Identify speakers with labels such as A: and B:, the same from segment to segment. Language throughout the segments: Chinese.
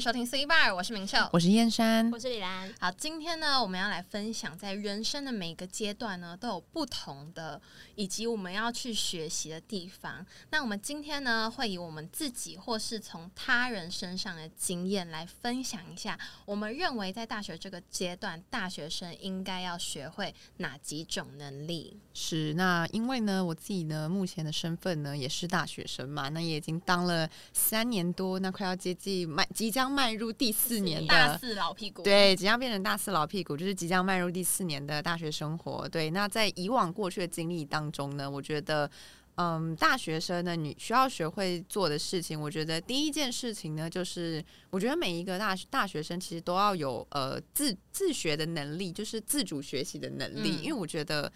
A: 收听 C Bar，我是明秀。
B: 我是燕山
C: 我，是李兰，
A: 好，今天呢，我们要来分享，在人生的每个阶段呢，都有不同的，以及我们要去学习的地方。那我们今天呢，会以我们自己或是从他人身上的经验来分享一下，我们认为在大学这个阶段，大学生应该要学会哪几种能力？
B: 是那因为呢，我自己呢目前的身份呢也是大学生嘛，那也已经当了三年多，那快要接近迈即将迈入第四年
A: 大
B: 的。
A: 四老屁股，，
B: 对，即将变成大四老屁股，就是即将迈入第四年的大学生活。对，那在以往过去的经历当中呢，我觉得，嗯，大学生呢，你需要学会做的事情，我觉得第一件事情呢，就是我觉得每一个大大学生其实都要有呃自自学的能力，就是自主学习的能力，
A: 嗯
B: 因为我觉得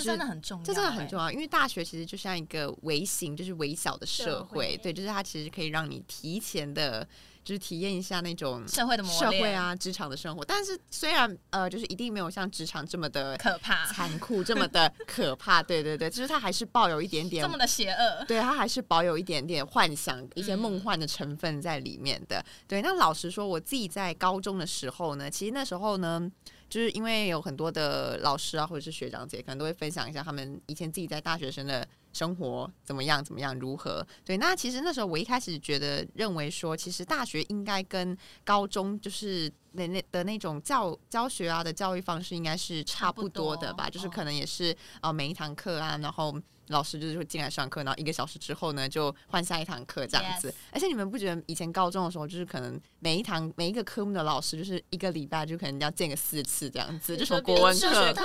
A: 这
B: 是
A: 真的很重要、欸
B: 这真的很
A: 要。
B: 重要，因为大学其实就像一个微型，就是微小的社
C: 社
B: 会，
C: 会
B: 对，就是它其实可以让你提前的，就是体验一下那种
A: 社会的磨
B: 社
A: 练
B: 会，啊、职场的生活。但是虽然呃，就是一定没有像职场这么的
A: 可 怕，
B: 残酷、这么的可怕，对对对，就是它还是抱有一点点
A: 这么的嗯邪恶。
B: 对，它还是保有一点点幻想、一些梦幻的成分在里面的。对，那老实说，我自己在高中的时候呢，其实那时候呢，就是因为有很多的老师啊，或者是学长姐，可能都会分享一下他们以前自己在大学生的生活怎么样，怎么样，如何。对，那其实那时候我一开始觉得认为说，其实大学应该跟高中就是。那那的那种教教学啊的教育方式应该是差
A: 差不
B: 不多的
A: 多
B: 吧，就是
A: 哦
B: 可能也是啊、呃每一堂课啊，然后老师就是会进来上课，然后一个小时之后呢，就换下一堂课这样子。
A: Yes
B: 而且你们不觉得以前高中的时候，就是可能每一堂每一个科目的老师，就是一个礼拜就可能要见个四次这样子，就什么国文
C: 数
B: 课，
C: 学课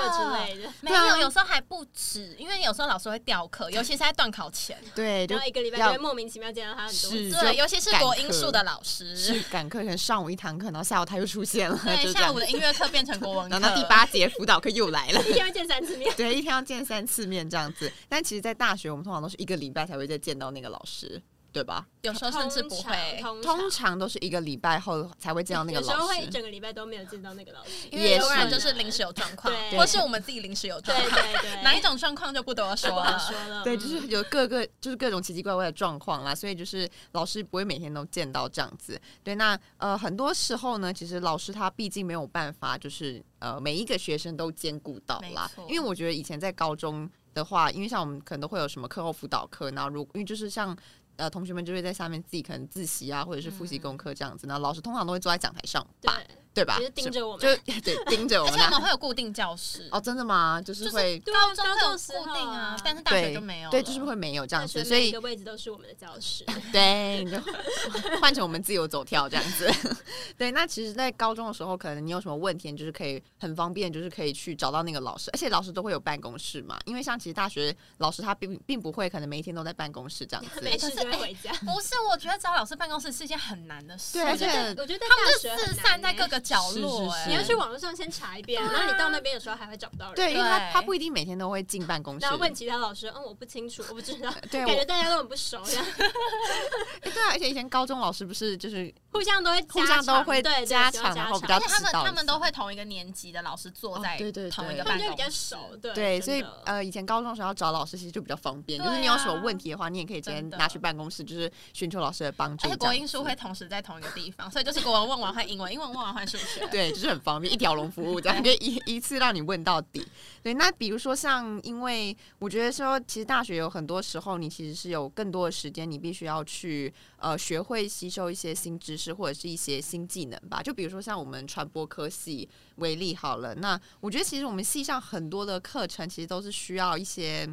C: 之类的，
A: 没有，有时候还不止，因为有时候老师会调课，尤其是在断考前。
B: 对，就
C: 然后一个礼拜
B: 要
C: 就会莫名其妙见到他很多次。
B: 是
A: 对，
B: 就
A: 尤其是
B: 赶
A: 国英
B: 课
A: 数的老师，
B: 是赶课，可能上午一堂课，然后下午他又出现了，
A: 对，
B: 就这
A: 下
B: 样
A: 午。的音乐课变成国文课，
B: 然后到第八节辅导课又来 了，
C: 一天会见三次面，
B: 对，一天要见三次面这样子。但其实，在大学我们通常都是一个礼拜才会再见到那个老师，对吧？
A: 有时候甚至不会，
C: 通常
B: 通常都是一个礼拜后才会见到那个
C: 有
B: 老
C: 时
B: 师。
C: 候会一整个礼拜都没有见到那个老师。
A: 因为
B: 也
A: 突然
B: 是
A: 就是临时有状况，
C: 对
A: 或是我们自己临时有
C: 对
A: 状况，
C: 对 对，
A: 哪一种状况就不多说啊
C: 我
A: 了。
C: 说了，
B: 对，就是有各个就是各种奇奇怪怪的状况啦，所以就是老师不会每天都见到这样子。对，那呃很多时候呢，其实老师他毕竟没有办法就是呃每一个学生都兼顾到啦
A: 没错，
B: 因为我觉得以前在高中的话，因为像我们可能都会有什么课后辅导课，然后如因为就是像。呃，同学们就会在下面自己可能自习啊，或者是复习功课这样子。然后老师通常都会坐在讲台上吧，
C: 对，
B: 对吧？
C: 就是盯着我们
B: 就 对盯着我
A: 而
B: 们
A: 且我
B: 啊。
A: 们会有固定教室，
B: 哦，真的吗？就是
C: 就是
B: 会
C: 对
A: 高
C: 啊
A: 中
C: 高
A: 会有
C: 中时
A: 固定
C: 候
A: 啊
C: 啊，
A: 但是大学
B: 对
A: 就没有，
B: 对，就是。会没有这样
C: 大
B: 子，
C: 学
B: 所
C: 每一
B: 以
C: 个位置都是我们的教室，
B: 对，你就换成我们自由走跳这样子。 对，那其实，在高中的时候，可能你有什么问题，你就是可以很方便，就是可以去找到那个老师，而且老师都会有办公室嘛。因为像其实大学老师他并并不会可能每一天都在办公室这样子。
C: 没事就会回家。
A: 不是，我觉得找老师办公室是一件很难的事，
B: 对而
C: 我觉得
B: 且
C: 我觉得
A: 他们
C: 大
A: 就
C: 学很
A: 四
C: 难
A: 散在
C: 欸
A: 各个角落、
B: 是是
A: 哎
B: 是
C: 你要去网络上先查一遍，然后你到那边有时候还会找不到 人。
B: 对，因为他
A: 对
B: 他不一定每天都会进办公室
C: 然。后问其他老师，嗯，我不清楚，我不知道，
B: 对
C: 感觉大家都很不熟，这样
B: 诶对啊，而且以前高中老师不是就是
C: 互相都会
B: 互相都会
C: 对
B: 加
C: 强，
B: 强
C: 对
B: 然后比
A: 而
B: 较
A: 且他们
B: 知道
A: 他们都会同一个年级的老师坐
B: 哦
A: 在
B: 对对
A: 同一
B: 对
A: 个
C: 他
A: 办
C: 们就
A: 公
C: 比较
A: 室
C: 熟，对
B: 对，
C: 真
B: 所以
C: 的
B: 呃，以前高中的时候要找老师其实就比较方便，
A: 对
B: 就是你有什么
A: 啊
B: 问题的话，你也可以直接
A: 真的
B: 拿去办公室，就是寻求老师的帮助
A: 而且
B: 这样子。
A: 国英数会同时在同一个地方，所以就是国文问完换英文，英文问完换数学。
B: 对，就是很方便，一条龙服务，这样可以一一次让你问到底。对，那比如说像，因为我觉得说，其实大学有很多时候，你其实是有更多的时间，你必须要去呃学会吸收一些新知识或者是一些新技能吧。就比如说像我们传播科系为例好了，那我觉得其实我们系上很多的课程其实都是需要一些。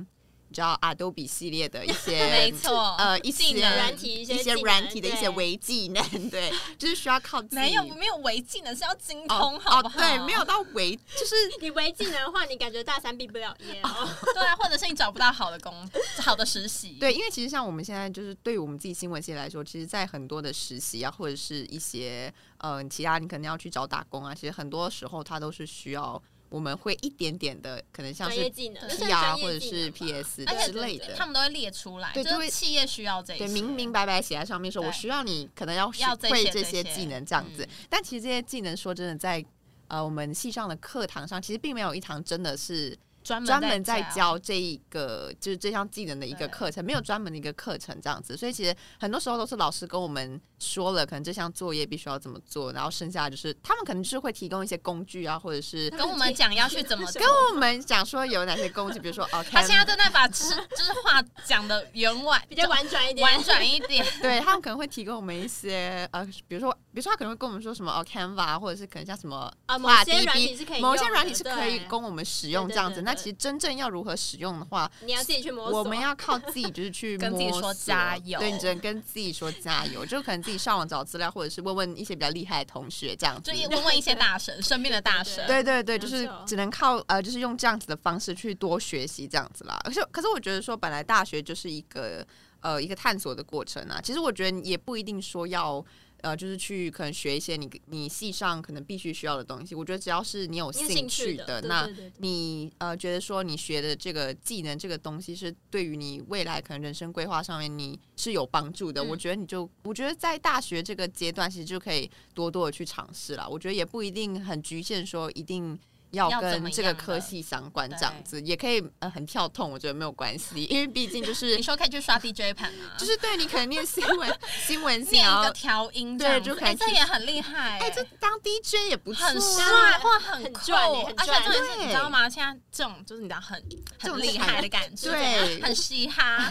B: 你知道 Adobe 系列的一 些，
A: 没错
B: 呃，一
A: 技
B: 些
A: 能
C: 软体一
B: 一
C: 些
B: 些
C: 技
B: 软
C: 能
B: 体的一些
C: 对
B: 微技能，对，就是需要靠自己
A: 没有没有违禁的是要精
B: 哦
A: 通，好不好？
B: 哦？对，没有到围，就是
C: 你违技能的话，你感觉大三毕不了业哦。
A: 对啊，或者是你找不到好的工、好的实习。
B: 对，因为其实像我们现在就是对于我们自己新闻系来说，其实，在很多的实习啊，或者是一些嗯、呃其他你可能要去找打工啊，其实很多时候它都是需要我们会一点点的，可能像
C: 专业
B: 是
C: 技能，
A: 对
C: 这
B: P
C: 算
B: R
C: 专业
B: 或者
C: 技能
B: 是
C: 吧
B: P S
A: 而且
B: 之类
A: 他
B: 的。
A: 们都会列出来，
B: 对
A: 就
B: 就是会
A: 企业需要这一些，
B: 对，明明白白写在上面说，我
A: 对
B: 需要你可能要学
A: 要这
B: 会
A: 些
B: 这
A: 这
B: 些
A: 些
B: 技能这样子
A: 嗯。
B: 但其实这些技能说真的，在呃我们系上的课堂上，其实并没有一堂真的是
A: 专
B: 专
A: 门
B: 门在
A: 教。
B: 教这一个就是这项技能的一个
A: 对
B: 课程，没有专门的一个课程这样子，所以其实很多时候都是老师跟我们说了，可能这项作业必须要怎么做，然后剩下就是他们可能就是会提供一些工具啊，或者是
A: 跟我们讲要去 怎么做
B: 跟。我们讲说有哪些工具，比如说 哦，
A: 他
B: Canva
A: 现在正在把知就是话讲的圆婉，
C: 比较婉转一点，
A: 婉转一点。
B: 对他们可能会提供我们一些呃，比如说，比如说他可能会跟我们说什么哦，Canva，或者是可能像什么
C: 啊，某
B: 画
C: 些
B: DB
C: 软体是可以用的，
B: 某些软体是可以
C: 对
B: 供我们使用这样子。
C: 对对对对
B: 那其实真正要如何使用的话，
C: 你要自己去摸索。
B: 我们要靠自己，就是去
A: 跟自己
B: 摸
A: 说
B: 索
A: 加油
B: 对，你只能跟自己说加油，就可能自己上网找资料，或者是问问一些比较厉害的同学这样子
A: 就。问问一些大神，身边的大神。
B: 对对对，
C: 没
B: 就是
C: 错
B: 只能靠呃，就是用这样子的方式去多学习这样子啦。而且，可是我觉得说，本来大学就是一个呃一个探索的过程啊。其实我觉得也不一定说要呃，就是去可能学一些你你系上可能必须需要的东西。我觉得只要是你有
C: 你有
B: 兴趣
C: 趣的，对
B: 那
C: 对对对
B: 你呃觉得说你学的这个技能这个东西是对于你未来可能人生规划上面你是有帮助的，
C: 嗯
B: 我觉得你就我觉得在大学这个阶段其实就可以多多的去尝试啦。我觉得也不一定很局限说一定。要
A: 要怎
B: 跟
A: 么
B: 这个
A: 样的
B: 科系相关，这样
A: 对
B: 子也可以呃很跳痛，我觉得没有 关系，因为毕竟就是
A: 你说可以去刷 DJ 盘吗？
B: 就是对你可能念新闻 新闻系，
A: 念
B: 然
A: 一
B: 后
A: 个调音这
B: 对
A: 样子，
B: 就可
A: 哎、
B: 以
A: 这
B: 去
A: 也很厉害、
B: 哎这当 DJ 也不错啊，
A: 很帅
C: 啊
A: 或很
C: 很
A: 酷
C: 赚欸很
A: 而且
C: 赚
A: 重点是
B: 对
A: 你知道吗？现在这种就是你知道很
B: 这种
A: 很厉害的感觉，
B: 对
A: 很嘻哈，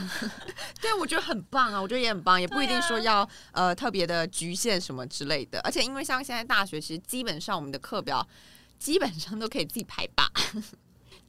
B: 对，我觉得很棒啊，我觉得也很棒，也不一定说
A: 对啊
B: 要、呃特别的局限什么之类的。而且因为像现在大学，其实基本上我们的课表基本上都可以自己排吧，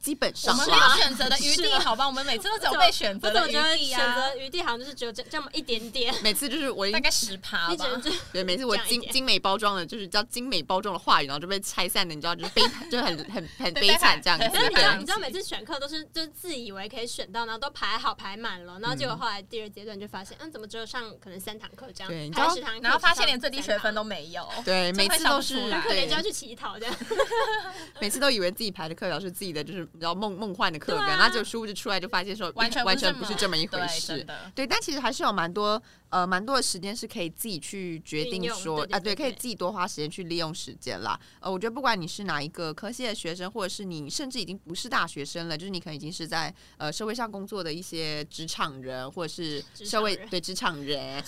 B: 基本
A: 我
B: 上
A: 们没有
B: 啦。
A: 选择的余
C: 是
A: 地，
C: 吧
A: 好吧？我们每次都只有
C: 我
A: 被选择
C: 我
A: 的
C: 怎么
A: 余
C: 觉得
A: 地
C: 选
A: 啊
C: 择，余地好像就是只有这这么一点点？
B: 每次就是我已
A: 大
B: 经
A: 概十趴
C: 你
A: 吧
C: 只。能就
B: 对，每次我
C: 这样一
B: 精
C: 点
B: 精美包装的，就是叫精美包装的话语，然后就被拆散的，你知道，就是悲， 就很很很
A: 对
B: 悲
A: 悲惨
B: 惨这样 子。
A: 对啊
C: 可是你知道，
B: 对
C: 你知道每次选课都是就是自以为可以选到，然后都排好排满
A: 嗯
C: 了，然后结果后来第二阶段就发现，嗯，怎么只有上可能三堂课这样？
B: 对你知
C: 排
B: 道
C: 十堂课，
A: 然后发现连最低学分都没有，
B: 对，每
A: 快
B: 次
A: 笑
B: 都
A: 不
B: 是
A: 出来
C: 可
B: 对
C: 能就要去乞讨这样。
B: 每次都以为自己排的课表是自己的，就是你知道梦梦幻的课表，
C: 对啊
B: 然后就殊不知出来就发现说
A: 完全
B: 完全不
A: 不
B: 是
A: 是
B: 这么一回
A: 对
B: 事
A: 真。的
B: 对，但其实还是有蛮多呃蛮多的时间是可以自己去决定
C: 运用
B: 说
C: 对对
B: 啊，对，
C: 对
B: 可以
C: 对
B: 自己多花时间去利用时间啦。呃，我觉得不管你是哪一个科系的学生，或者是你甚至已经不是大学生了，就是你可能已经是在呃社会上工作的一些职场人，或者是
C: 职
B: 社会
C: 场人
B: 对职场人，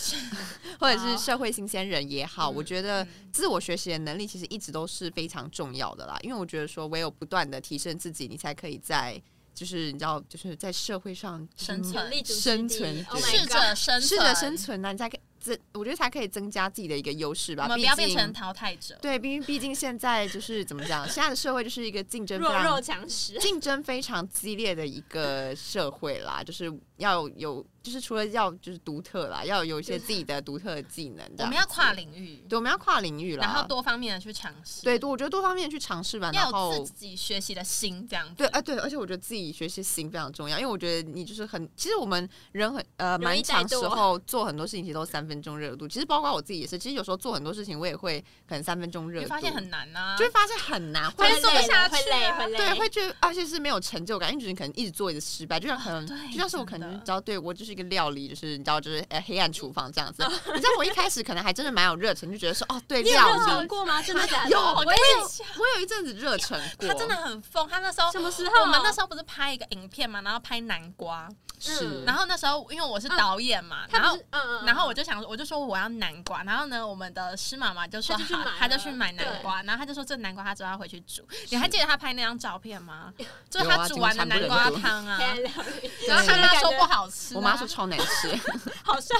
B: 或者是
A: 哇
B: 社会新鲜人也好，我
C: 嗯
B: 觉得自我学习的能力其实一直都是非常重要的啦。因为我觉得说，唯有不断的提升自己，你才可以在就是你知道，就是在社会上
A: 生存
C: 有立足之地
B: 生存
C: Oh
A: 适
C: my
A: 者
C: god！
A: 生
B: 是
A: 存，
B: 的，生存啊呢，你才可以增，我觉得才可以增加自己的一个优势吧。
A: 我们
B: 毕
A: 不要变成
B: 竟，
A: 淘汰者。
B: 对，毕竟毕竟现在就是怎么讲，现在的社会就是一个竞争非
C: 弱肉
B: 常
C: 强食。
B: 竞争非常激烈的一个社会啦，就是要有，就是除了要就是独特啦，要有一些自己的独特的技能这
A: 我
B: 样。
A: 们要跨领域，
B: 啊对，我啊们要跨领域啦，
A: 然后多方面的去尝试，
B: 对，多我觉得多方面去尝试吧，然
A: 要
B: 后
A: 有自己学习的心，这样子
B: 对，啊，对，而且我觉得自己学习心非常重要，因为我觉得你就是很，其实我们人很呃，
C: 易
B: 蛮
C: 怠
B: 长时
A: 啊
C: 惰
B: 候做很多事情其实都三分钟热度，其实包括我自己也是，其实有时候做很多事情我也会可能三分钟热
A: 你
B: 度，
A: 会发现很难啊，
B: 就会发现很难，
A: 会发现
B: 会
A: 做不
C: 累的
A: 下
C: 会
A: 去
C: 累，
A: 啊
C: 会累，
B: 对，会觉得而且是没有成就感，因为你可能一直做一直失败，就像可能、
A: 哦对
B: 就像是我
A: 真
B: 可能
A: 的
B: 你知道，对我就是一个料理，就是你知道就是呃黑暗厨房这样子，
A: 嗯
B: 你知道我一开始可能还真的蛮有热忱，就觉得说哦对
C: 你有热
B: 料
C: 忱
B: 理，
C: 过吗？真的假的？
B: 有
A: 我
B: 我
A: 跟你讲。
B: 我有一阵子热忱过，
A: 他真的很疯，他那时候
C: 什么时候
A: 我们那时候不是拍一个影片嘛，然后拍南瓜，
B: 是，
A: 嗯然后那时候因为我是导演嘛，
C: 嗯他
A: 然
C: 不
A: 后
C: 是，嗯嗯嗯，
A: 然后我就想，我就说我要南瓜，然后呢，我们的施妈妈就说
C: 她就去
A: 好
C: 买，了
A: 她就去买南瓜，然后她就说这南瓜她之后要回去煮，你还记得她拍那张照片吗？
C: 啊
A: 就是她煮完的南瓜汤啊
C: 黑，暗料理，
A: 然后她妈说不好吃啊，
B: 我妈说超难吃。
C: 好像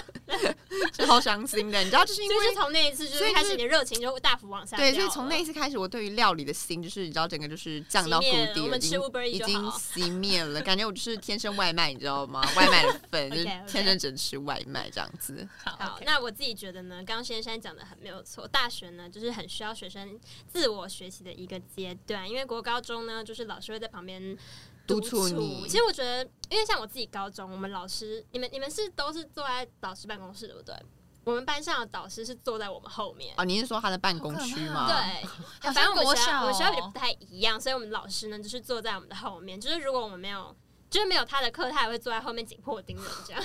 B: 超伤心的，你知道，就是因为
C: 所以就从那一次就
B: 所以就是
C: 是开始你的热情就大幅往下掉了。
B: 对，所以从那一次开始，我对于料理的心就是你知道，整个就是降到谷
C: 熄灭了
B: 底
C: 我
B: 了，
C: 们
B: 已
C: 吃
B: 经
C: Uber Eats
B: 已
C: 就
B: 经
C: 好
B: 熄灭了，感觉我就是天生外卖，你知道吗？外卖的粉就是
C: OK，OK
B: 天生只能吃外卖这样子。
A: 好
C: 好，，那我自己觉得呢，刚刚先生讲的很没有错。大学呢，就是很需要学生自我学习的一个阶段，因为国高中呢，就是老师会在旁边
B: 督促你
C: 其实我觉得，因为像我自己高中，我们老师，你们你们是都是坐在老师办公室，对不对？我们班上的导师是坐在我们后面。
B: 哦，你是说他的办公区
A: 好可怕
B: 吗？
C: 对，
A: 好
C: 啊反正
A: 像
C: 我
A: 国
C: 们学校
A: 小
C: 我
A: 哦
C: 们学校比较不太一样，所以我们老师呢就是坐在我们的后面，就是如果我们没有就是没有他的课，他也会坐在后面紧迫盯人这样。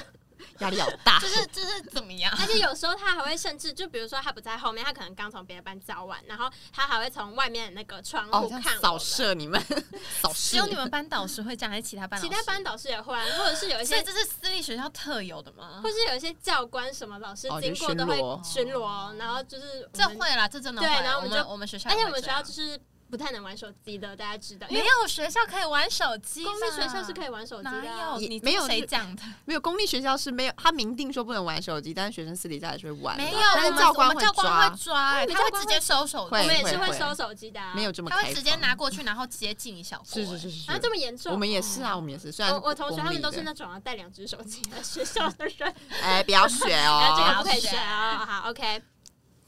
B: 压力好大
A: 就。是就是怎么样？
C: 而且有时候他还会甚至就比如说他不在后面，他可能刚从别的班教完，然后他还会从外面的那个窗
B: 哦，
C: 户
B: 这样
C: 看我
B: 扫
C: 们
B: 射你们， 扫
A: 只
B: 射
A: 有你们班导师会这样，还是其他班老
C: 其
A: 师？
C: 他班导师也会啊，或者是有一
A: 所以
C: 些，
A: 这是私立学校特有的吗
C: 或？是有一些教官什么老师
B: 哦就
C: 经
B: 是
C: 过
B: 巡
C: 都会
B: 逻
C: 巡逻，然后就是
A: 这
C: 我们，
A: 会啦，这真的会。
C: 对然后
A: 我
C: 我们
A: 们
C: 就
A: 我们学校
C: 而
A: 也
C: 且
A: 会这样，
C: 我们学校就是不太能玩手机的，大家知道，因
A: 没
C: 为
A: 有学校可以玩手机啦，
C: 公立学校是可以玩手机的
A: 哪
C: 啊
A: 有？
B: 也
A: 你
B: 没有
A: 谁
B: 是
A: 讲 的？
B: 没有公立学校是没有，他明定说不能玩手机，但是学生私底下还是会玩的。
A: 没有，
B: 但
A: 我
B: 是
A: 们
B: 教
A: 我
B: 官
A: 们教官
B: 抓
A: 会，抓，
C: 对
A: 哎
C: 你
A: 他
C: 教官
A: 会直接收手
C: 我
B: 会
A: 机，
C: 们也
B: 会
C: 是会
B: 会
C: 收手机的啊，
B: 没有这么
A: 他
B: 开
A: 会直接
B: 放
A: 拿过去，然后直接进一小锅。
B: 是是是
A: 哎，
B: 是是
C: 啊这么严重哦，
B: 我们也是啊，我们也是。虽然
C: 我我同学
B: 公
C: 他们
B: 立
C: 都
B: 的
C: 是那种啊带两只手机来学校的人，
B: 哎，不要学
C: 然后这
B: 哦。
C: 个不可以
A: 是
C: 学啊、好，OK。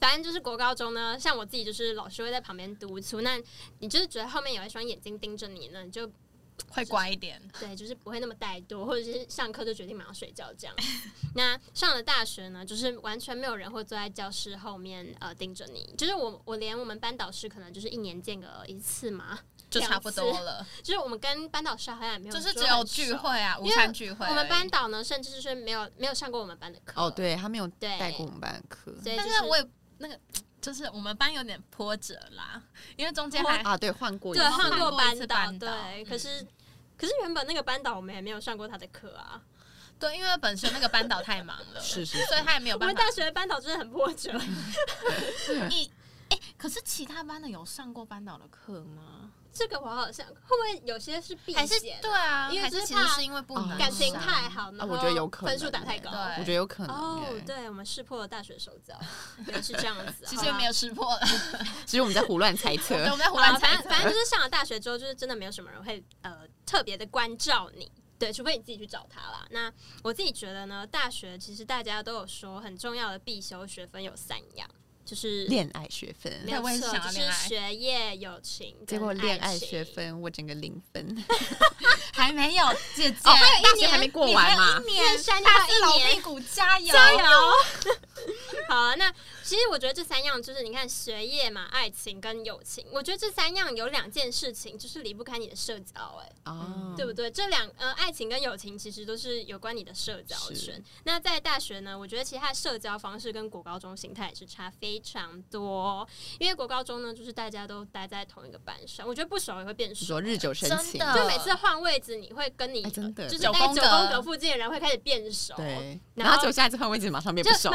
C: 反正就是国高中呢，像我自己就是老师会在旁边督促，那你就是觉得后面有一双眼睛盯着你呢，你就
A: 会乖一点。
C: 对，就是不会那么怠惰，或者是上课就决定马上睡觉 这样。那上了大学呢，就是完全没有人会坐在教室后面呃盯着你，就是我我连我们班导师可能就是一年见个一次嘛，
A: 就
C: 两
A: 差不
C: 次
A: 多了，
C: 就是我们跟班导师好像也没有
A: 就是
C: 说
A: 只有
C: 很
A: 聚
C: 熟。
A: 会啊，
C: 因
A: 午
C: 为
A: 餐聚会。
C: 我们班，导呢，甚至就是没有没有上过我们班的课
B: 哦，，对他没有
C: 对
B: 带过我们班的课
C: 所以就
A: 但是我也那个，就是我们班有点波折啦，因为中间还
B: 啊，对，换过一
C: 对，
B: 次
C: 换过
A: 过一次
C: 导，
A: 班导
C: 对，可
A: 嗯
C: 是。可是原本那个班导我们也没有上过他的课啊，
A: 对，因为本身那个班导太忙了，
B: 是是
A: 所以他也没有
C: 我
A: 办
C: 们
A: 法
C: 大学的班导真的很波折。
A: 一。哎、可是其他班的有上过班导的课吗？
C: 这个我好像会不会有些是避
A: 还是
C: 嫌
A: 对啊，
C: 因为
A: 还
C: 就是是
A: 其实
C: 怕
A: 是因为不能
C: 感情
A: 上
C: 太好，然
B: 啊我
C: 后
B: 觉得有可能
C: 分数打太高。
A: 欸
B: 我觉得有可能
C: 哦
B: 耶，
C: 对，我们识破了大学手脚，原来是这样子。啊
A: 其实没
C: 有。
A: 有识破了，
B: 只是我们在胡乱猜 测
A: 对，。我啊们在胡
C: 好啦
A: 乱
C: 反
A: 猜
C: 正
A: 测。
C: 反正就是上了大学之后，就是真的没有什么人会呃特别的关照你，对，除非你自己去找他啦。那我自己觉得呢，大学其实大家都有说很重要的必修学分有三样，就是
B: 恋爱学分，
C: 没有
A: 我也是
C: 错，
A: 想要
C: 就是
A: 恋爱
C: 学业、友情跟情，
B: 结果恋爱学分我整个零分。
A: 还没有姐姐，
B: 哦，还有
A: 大
B: 大学还没过完嘛？
C: 面山
A: 大四
C: 一
A: 老
C: 年
A: 屁股加油
C: 加油！好啊，那其实我觉得这三样就是你看学业嘛、爱情跟友情，我觉得这三样有两件事情就是离不开你的社交、哎、
B: 哦，
C: 对不对？这两呃，爱情跟友情其实都是有关你的社交
B: 是
C: 圈。那在大学呢，我觉得其实它的社交方式跟国高中形态也是差非常多，因为国高中呢，就是大家都待在同一个班上，我觉得不熟也会变
B: 是
C: 熟
B: 说。日久生
A: 真，
B: 情
A: 的
C: 就每次换位置，你会跟你、
B: 嗯哎真的
C: 就是
A: 九
C: 在
A: 宫
C: 九
A: 格
C: 宫格附近的人会开始变熟，
B: 对。然
C: 然后
B: 后就下一次换位置，马上变不熟。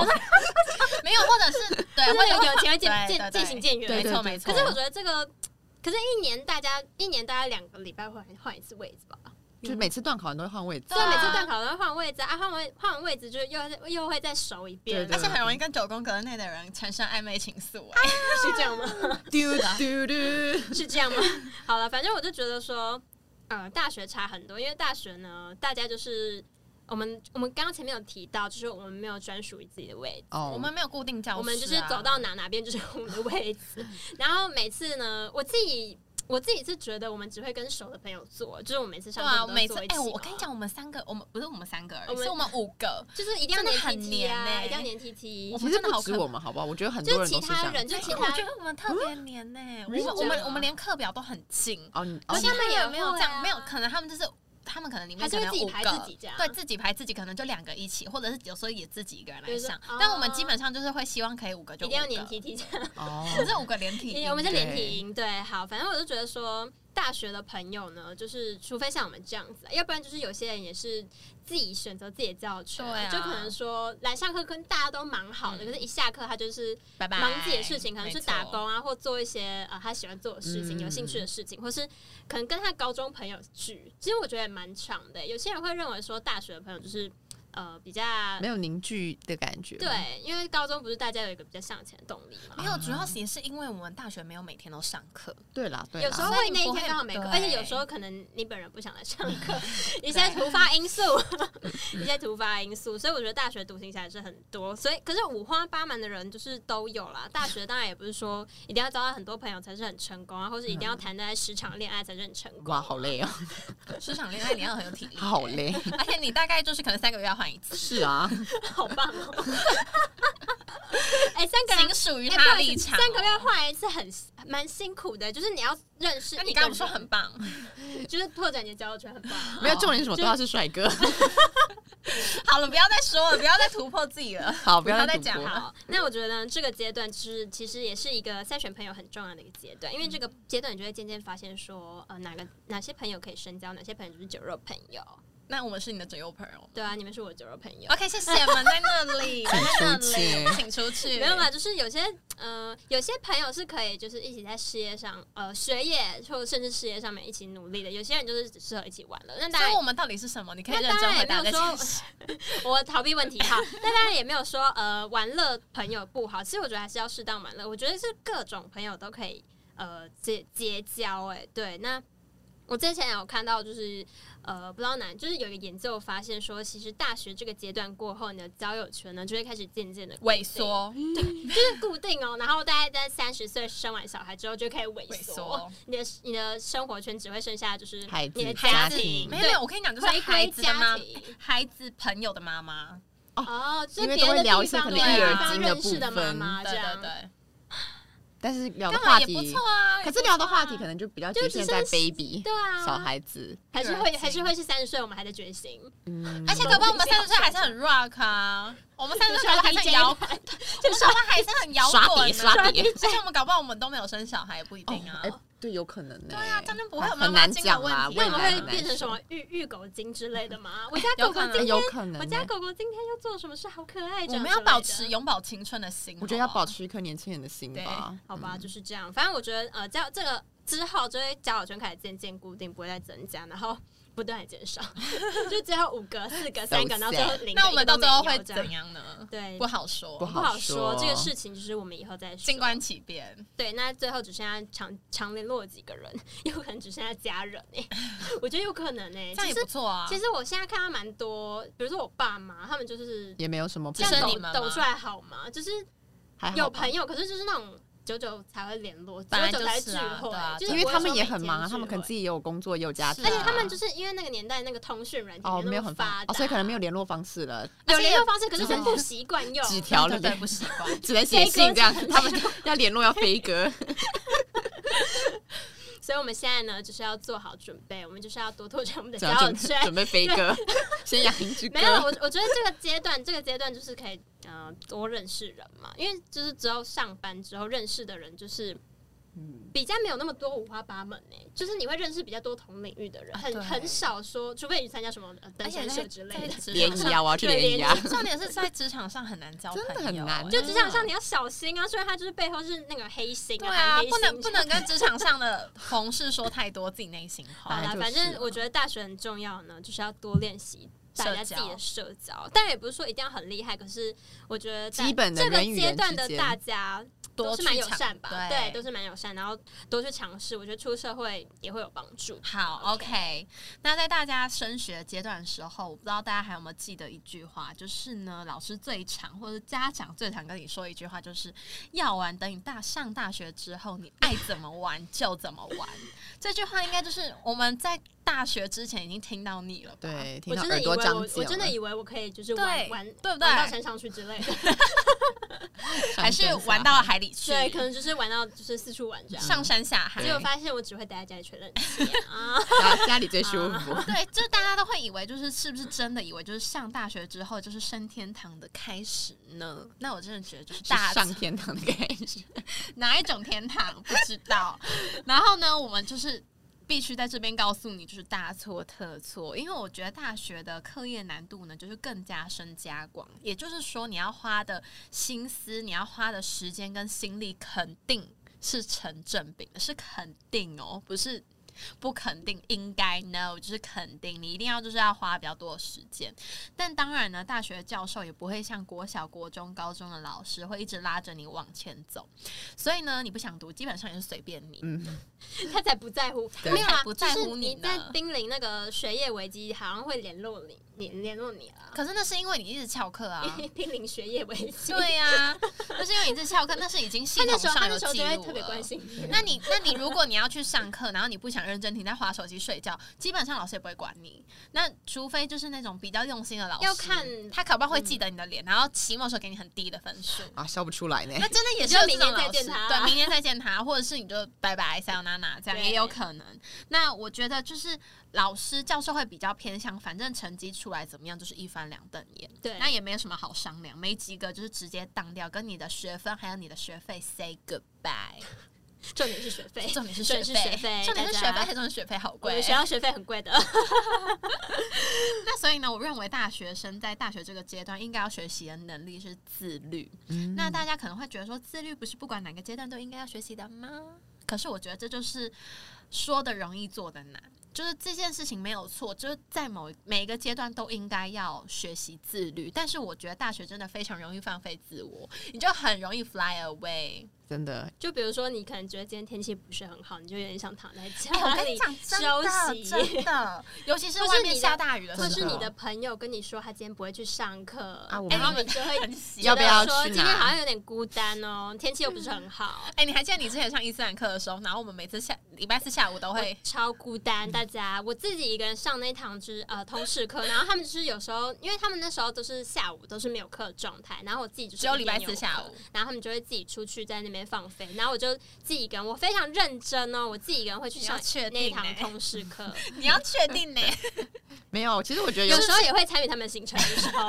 A: 没有，或者是对，
C: 就是
A: 或者
C: 有友情会渐
A: 对
C: 渐
A: 对
C: 渐
A: 对
C: 行渐远，
B: 对
A: 没
B: 对
A: 错没错。
C: 可是我觉得这个，可是一年大家一年大概两个礼拜换换一次位置吧。
B: 就是每次段考人都会换位置
A: 对
C: 所以
A: 啊
C: 每次段考都会换位置啊，啊换位换完位置就是又再又会再熟一遍，
B: 对
A: 而
B: 对
A: 且
B: 对
A: 很容易跟九宫格内的人产生暧昧情愫、哎
C: 是这样吗？
B: 丢丢丢，
C: 是这样吗？ 好了，反正我就觉得说，呃，大学差很多，因为大学呢，大家就是我们我们刚刚前面有提到，就是我们没有专属于自己的位置。
B: 哦，
A: 我们没有固定教室、啊，
C: 我们就是走到哪哪边就是我们的位置。 然后每次呢，我自己我自己是觉得我们只会跟熟的朋友坐，就是我每次
A: 对
C: 上课
A: 啊，
C: 都
A: 每次
C: 坐一
A: 哎、
C: 起嘛哦
A: 我跟你讲，我们三个，我们不是我们三个而
C: 我
A: 已，
C: 们
A: 是我们五个，
C: 就是一定要
A: 真的
C: 黏 T
A: 很
C: T
A: 黏
C: 啊，
A: 欸
C: 一定要黏 T T，
A: 我
B: 哦其
A: 们
B: 实
A: 真的
B: 不
A: 好
B: 止
A: 可
B: 我们，好不好？我觉得很
C: 就
B: 多
C: 是
B: 人
C: 其
B: 都是这
C: 他
B: 样。
C: 人，就其
A: 哎我
C: 他
A: 觉得我们特别黏呢、我
B: 是
A: 们我
C: 嗯这
A: 们
C: 样
A: 我们连课表都很近，
B: 哦，你
C: 可
B: 哦
C: 是，他们
A: 也
C: 也
A: 没有
C: 会
A: 这样，
C: 啊
A: 没有可能他们就是他们可能里面
C: 还是
A: 可
C: 会
A: 能
C: 自
A: 有五
C: 己排
A: 个
C: 自己这样
A: 对自己排自己，可能就两个一起，或者是有时候也自己一个人来
C: 就是
A: 上
C: 哦。
A: 但我们基本上就是会希望可以五个就
C: 一定要
A: 五个
C: 黏 T T 这样。
B: 哦，
A: 可是五个连体
C: 因
A: 婴，
C: 为 我们是
B: 对
C: 连体营，对，好，反正我就觉得说。大学的朋友呢，就是除非像我们这样子，要不然就是有些人也是自己选择自己的教程，
A: 对啊
C: 就可能说来上课跟大家都蛮好的，
A: 嗯
C: 可是一下课他就是
A: 拜拜，
C: 忙自己的事情，可能是
A: 没
C: 打
A: 错
C: 工啊，或做一些呃他喜欢做的事情、
B: 嗯
C: 有兴趣的事情，或是可能跟他高中朋友聚。其实我觉得也蛮长的、有些人会认为说大学的朋友就是呃比较
B: 没有凝聚的感觉。，
C: 对，因为高中不是大家有一个比较向前的动力嘛。
A: 没有，主要是也是因为我们大学没有每天都上课，
B: 对啦，对啦。
C: 有时候
A: 所
C: 会
A: 以
C: 那
A: 你
C: 一
A: 不
C: 天
A: 会
C: 刚好没课，
A: 对
C: 而且有时候可能你本人不想来上 课，一些突发因素，一些突发因素，所以我觉得大学独行侠也是很多，所以可是五花八门的人就是都有啦。大学当然也不是说一定要交到很多朋友才是很成功啊，或是一定
A: 嗯
C: 要谈在十场恋爱才是很成功。
B: 哇，好累哦，
A: 市场恋爱你要很有体力，
B: 好累。
A: 而且你大概就是可能三个月要换换一次，
B: 是啊，
C: 好 棒哦！哎，三个人
A: 仅属于
C: 哎
A: 他
C: 不好
A: 的
C: 意思
A: 立场哦。
C: 三个月换一次很蛮辛苦的，就是你要认识一
A: 那
C: 个人。
A: 你刚刚说很棒，
C: 就是拓展你的交友圈很棒啊。
B: 没有重点是什么？对他是帅哥。
A: 好了，不要再说了，不要再突破自己了。
B: 好，不
A: 不
B: 要
A: 要再
B: 赌
A: 讲
B: 博
A: 了
C: 好，那我觉得这个阶段就是其实也是一个筛选朋友很重要的一个阶段，因为这个阶段你就会渐渐发现说，呃，哪个哪些朋友可以深交，哪些朋友就是酒肉朋友。
A: 那我们是你的左右朋友。
C: 对啊，你们是我的酒肉朋友。
A: OK，谢谢，我们在那里，
B: 请出
A: 在那啊里
B: 去
A: 请出去。
C: 没有啦，就是有些呃，有些朋友是可以就是一起在事业上，呃，学业或者甚至事业上面一起努力的。有些人就是只适合一起玩了。那大
A: 所以
C: 家
A: 我们到底是什么？你可以
C: 那
A: 认
C: 当
A: 真
C: 然
A: 回
C: 也
A: 答
C: 没
A: 这
C: 有
A: 件
C: 说
A: 事。
C: 我逃避问题好，那当然也没有说呃玩乐朋友不好，其实我觉得还是要适当玩乐。我觉得是各种朋友都可以呃结结交、哎，对，那我之前有看到就是呃不知道哪，就是有一个研究发现说，其实大学这个阶段过后，你的交友圈呢就会开始渐渐的
A: 萎，缩，
C: 就是固定哦，然后大概在三十岁生完小孩之后就开始萎
A: 萎
C: 缩
A: 缩，
C: 哦你的你的生活圈只会剩下就是
B: 孩子
C: 你的
B: 家
C: 庭，
B: 庭
A: 没有，
C: 对
A: 没有，我跟你讲，就是
C: 回
A: 孩
C: 归
A: 子的
C: 家
A: 妈，
C: 庭。
A: 孩子朋友的妈妈，
C: 哦，就
B: 因为
C: 别
B: 都会
C: 的
B: 聊
C: 地
B: 一些
C: 方
B: 可
A: 能
C: 对
A: 育儿
C: 啊
B: 经的
C: 认识
B: 部
C: 的妈
B: 分
C: 妈
A: 对
C: 这
A: 对
C: 样，
A: 对，
B: 但是聊的
A: 干嘛
B: 话
A: 也不
B: 题
A: 错，啊。
B: 可
A: 也
B: 是
A: 不
B: 聊的
A: 错啊
B: 话题可能就比较
C: 就
B: 局
C: 只
B: 限在
C: 剩
B: baby
C: 对啊，
B: 小孩子，
C: 还是会还是
A: 育儿
C: 会是三十岁，我们还在觉醒，
B: 嗯，
A: 而且搞不好我们三十岁还是很 rock 啊，我们三十
C: 就
A: 岁搞不好还是很摇，啊 我
C: 盘，
A: 们搞不好还是很摇
B: 刷
A: 滚
B: 碟
A: 呢
B: 刷碟，
A: 而且我们搞不好我们都没有生小孩，也不一定啊
B: 哎。，对，有可能呢。对
A: 对啊，这样就不会有妈
B: 很
A: 妈
B: 难
A: 经的
B: 讲
A: 问
B: 啦，
A: 题
C: 那
B: 未
C: 我们
B: 来
C: 会
B: 很难
C: 变成什
B: 说
C: 么育育狗精之类的吗？我家
A: 有
C: 狗狗
A: 可能
C: 今
B: 哎有
C: 天，
B: 可能欸。
C: 我家狗狗今天又做什么事？好可爱，这
A: 我们
C: 样之
A: 要
C: 类
A: 保
C: 的
A: 持永葆青春的心，哦
B: 我觉得要保
A: 持。
B: 持一颗年轻人的心吧。
C: 好吧，
B: 嗯
C: 就是这样。反正我觉得，呃，交这个之后，就会交友圈开始渐渐固定，不会再增加，然后不断的减少， 就最后五个、四个、三个，
B: So
C: 然后最后
B: sad
C: 零个，
A: 那我们
C: 一个
A: 到
C: 都
A: 最后
C: 没有
A: 会
C: 这样
A: 怎？样呢？
C: 对，
A: 不好说，
B: 不
C: 不好
B: 说
C: 说这个事情，就是我们以后再说。
A: 静观其变。
C: 对，那最后只剩下常常联络的几个人， 有可能只剩下家人哎、 我觉得有可能哎、
A: 这样
C: 其
A: 也不
C: 实
A: 错啊。
C: 其实我现在看到蛮多，比如说我爸妈，他们就是
B: 也没有什么不
C: 这
A: 只
B: 好，
A: 剩
C: 样
A: 你
C: 抖
A: 们吗
C: 抖出来好吗？就是
B: 还好
C: 有
B: 吧
C: 朋友，可是就是那种久久才会联络，久
A: 本来
C: 久才
A: 就
C: 聚
A: 是啊
C: 会，
A: 对啊
C: 就是
B: 因为
C: 不会
B: 他们
C: 说
B: 也
C: 每
B: 很
C: 天
B: 忙啊，
C: 聚
B: 他们可能
C: 会
B: 自己也有工作，也有家
A: 是啊
B: 庭啊，
C: 而且他们就是因为那个年代那个通讯软件
B: 哦没有
C: 那么
B: 很
C: 发达，
B: 哦，所以可能没有联络方式了，
C: 有联络方式，可是
A: 就是
C: 是不习惯用。
B: 纸条
A: 对
B: 了
A: 对对，不习惯。
B: 只能写信这样，他们要联络要飞鸽，
C: 所以我们现在呢，就是要做好准备，我们就是要多拓展我 们的
B: 只
C: 交
B: 要
C: 友
B: 准
C: 圈
B: 备。准备飞鸽， 先养一只鸽
C: 没。有，我我觉得这个阶段，这个阶段就是可以呃多认识人嘛，因为就是只有上班之后认识的人，就是
B: 嗯
C: 比较没有那么多五花八门诶、就是你会认识比较多同领域的人，
A: 啊
C: 很
A: 对
C: 很少说，除非你参加什么呃登
A: 而且
C: 山
A: 在
C: 社之类
A: 在
C: 的。
A: 职
B: 联
A: 场
B: 谊
A: 上，哎
B: 啊，我要去联谊啊，
A: 重点是在职场上很难交朋友，
B: 真的很难
A: 哎
C: 就职场上你要小心啊，虽然他就是背后是那个黑心
A: 对
C: 含
A: 啊，
C: 黑
A: 不能
C: 心
A: 不能 跟职场上的同事说太多自己内心
C: 好
A: 话。
C: 啦，
B: 本来
C: 反
B: 就是啊
C: 正我觉得大学很重要呢，就是要多练习大家自己的社交，但也不是说一定要很厉害。可是我觉得在
B: 基本的
C: 这个
B: 人与人
C: 阶段的
B: 之间
C: 大家都
A: 多
C: 是
A: 去
C: 蛮友
A: 尝
C: 善
A: 对
C: 吧？对，都是蛮友善，然后多去尝试，我觉得出社会也会有帮助。
A: 好，OK。那在大家升学阶段的时候，我不知道大家还有没有记得一句话，就是呢，老师最常或者家长最常跟你说一句话，就是要玩，等你大上大学之后，你爱怎么玩就怎么玩。这句话应该就是我们在大学之前已经听到你了吧？
B: 对，听
C: 我
B: 到
C: 真
B: 耳
C: 的以为
B: 朵
C: 我
B: 长
C: 我
B: 茧
C: 真的
B: 了，
C: 以为我可以就是
A: 对
C: 玩玩
A: 对不对
C: 玩到山上去之类的，
A: 还 是
B: 上山
A: 玩
B: 下
A: 到了海里去，
C: 对，可能嗯就是玩到就是四处玩这样。
A: 上山下海
C: 结。果发现我只会待在家里吹冷气啊！
B: 家家里最舒服，
A: 对，就是大家都会以为，就是是不是真的以为，就是上大学之后就是升天堂的开始呢？那我真的觉得就是大
B: 是上天堂的感觉。
A: 哪一种天堂不知道。 然后呢，我们就是必须在这边告诉你，就是大错特错，因为我觉得大学的课业难度呢，就是更加深加广，也就是说，你要花的心思、你要花的时间跟心力，肯定是成正比的，是肯定哦，不是。不肯定，应该 no，就是肯定，你一定要就是要花比较多的时间。但当然呢，大学教授也不会像国小、国中、高中的老师会一直拉着你往前走，所以呢，你不想读，基本上也是随便你。
B: 嗯，
C: 他才不在乎，
B: 对
C: 没有
A: 他才
C: 啦，
A: 不
C: 就
A: 在
C: 是
A: 乎你
C: 你
A: 呢
C: 在濒临那个学业危机，好像会联络你，联联络你了，
A: 可是那是因为你一直翘课啊
C: 因。为濒临学业危机。
A: 对呀、那是因为你一直翘课，那是已经系
C: 他那
A: 统
C: 时候，他
A: 上有
C: 那时候
A: 记
C: 就会
A: 录
C: 特别关
A: 了。
C: 心你。
A: 那你，那你如果你要去上课，然后你不想认真听，你在划手机睡觉，基本上老师也不会管你。那除非就是那种比较用心的老师，
C: 要看
A: 他考不好会记得你的脸，然后期末的时候给你很低的分数。
B: 啊，笑不出 来呢。
A: 那真的也是有这种老
C: 你就明天再见
A: 师，
C: 他啊
A: 对，明天再见他， 或者是你就拜拜，塞有娜娜，这样
C: 对
A: 也有可能。那我觉得就是老师教授会比较偏向，反正成绩出来怎么样就是一翻两瞪眼，
C: 对
A: 那也没有什么好商量，没及格就是直接当掉，跟你的学分还有你的学费 say goodbye。
C: 重点是学费，
A: 重点是
C: 重
A: 学
C: 点哎是学费
A: 费，重点是
C: 大
A: 学
C: 家
A: 费，还重点是学费好
C: 我
A: 贵
C: 们。学校学费很贵的。
A: 那所以呢，我认为大学生在大学这个阶段应该要学习的能力是自律。
B: 嗯
A: 那大家可能会觉得说，自律不是不管哪个阶段都应该要学习的吗？可是我觉得这就是说的容易，做的难。就是这件事情没有错，就是在某每一个阶段都应该要学习自律。但是我觉得大学真的非常容易放飞自我，你就很容易 fly away。
B: 真的
C: 就比如说，你可能觉得今天天气不是很好，你就有点想躺在
A: 哎、我
C: 家
A: 跟
C: 里
A: 你讲，
C: 休
A: 真的
C: 息。
A: 真的，尤其是
C: 或是
A: 外
C: 你
A: 面
C: 的
A: 下大雨的时
C: 或
A: 候，
C: 是你的朋友跟你说他今天不会去上课，
B: 啊我
C: 然后
A: 们
C: 你就会
A: 很喜
B: 要不要
C: 觉得说
B: 去
C: 今
B: 哪
C: 天好像有点孤单哦，天气又不是很好，
A: 哎、你还记得你之前上伊斯兰课的时候，然后我们每次下礼拜四下午都会
C: 超孤单。大家，我自己一个人上那堂就是呃通识课，然后他们就是有时候，因为他们那时候都是下午都是没有课的状态，然后我自己就是
A: 只有礼拜
C: 一天
A: 四下
C: 有
A: 午
C: 课，，然后他们就会自己出去在那边放飞，然后我就自己一个人，我非常认真哦，我自己一个人会去
A: 你要
C: 上
A: 确
C: 那一
A: 定、
C: 堂
A: 欸，
C: 通识课，
A: 你要确 定呢、
B: 没有。其实我觉得有
C: 有时候也会参与他们的行程的时 候，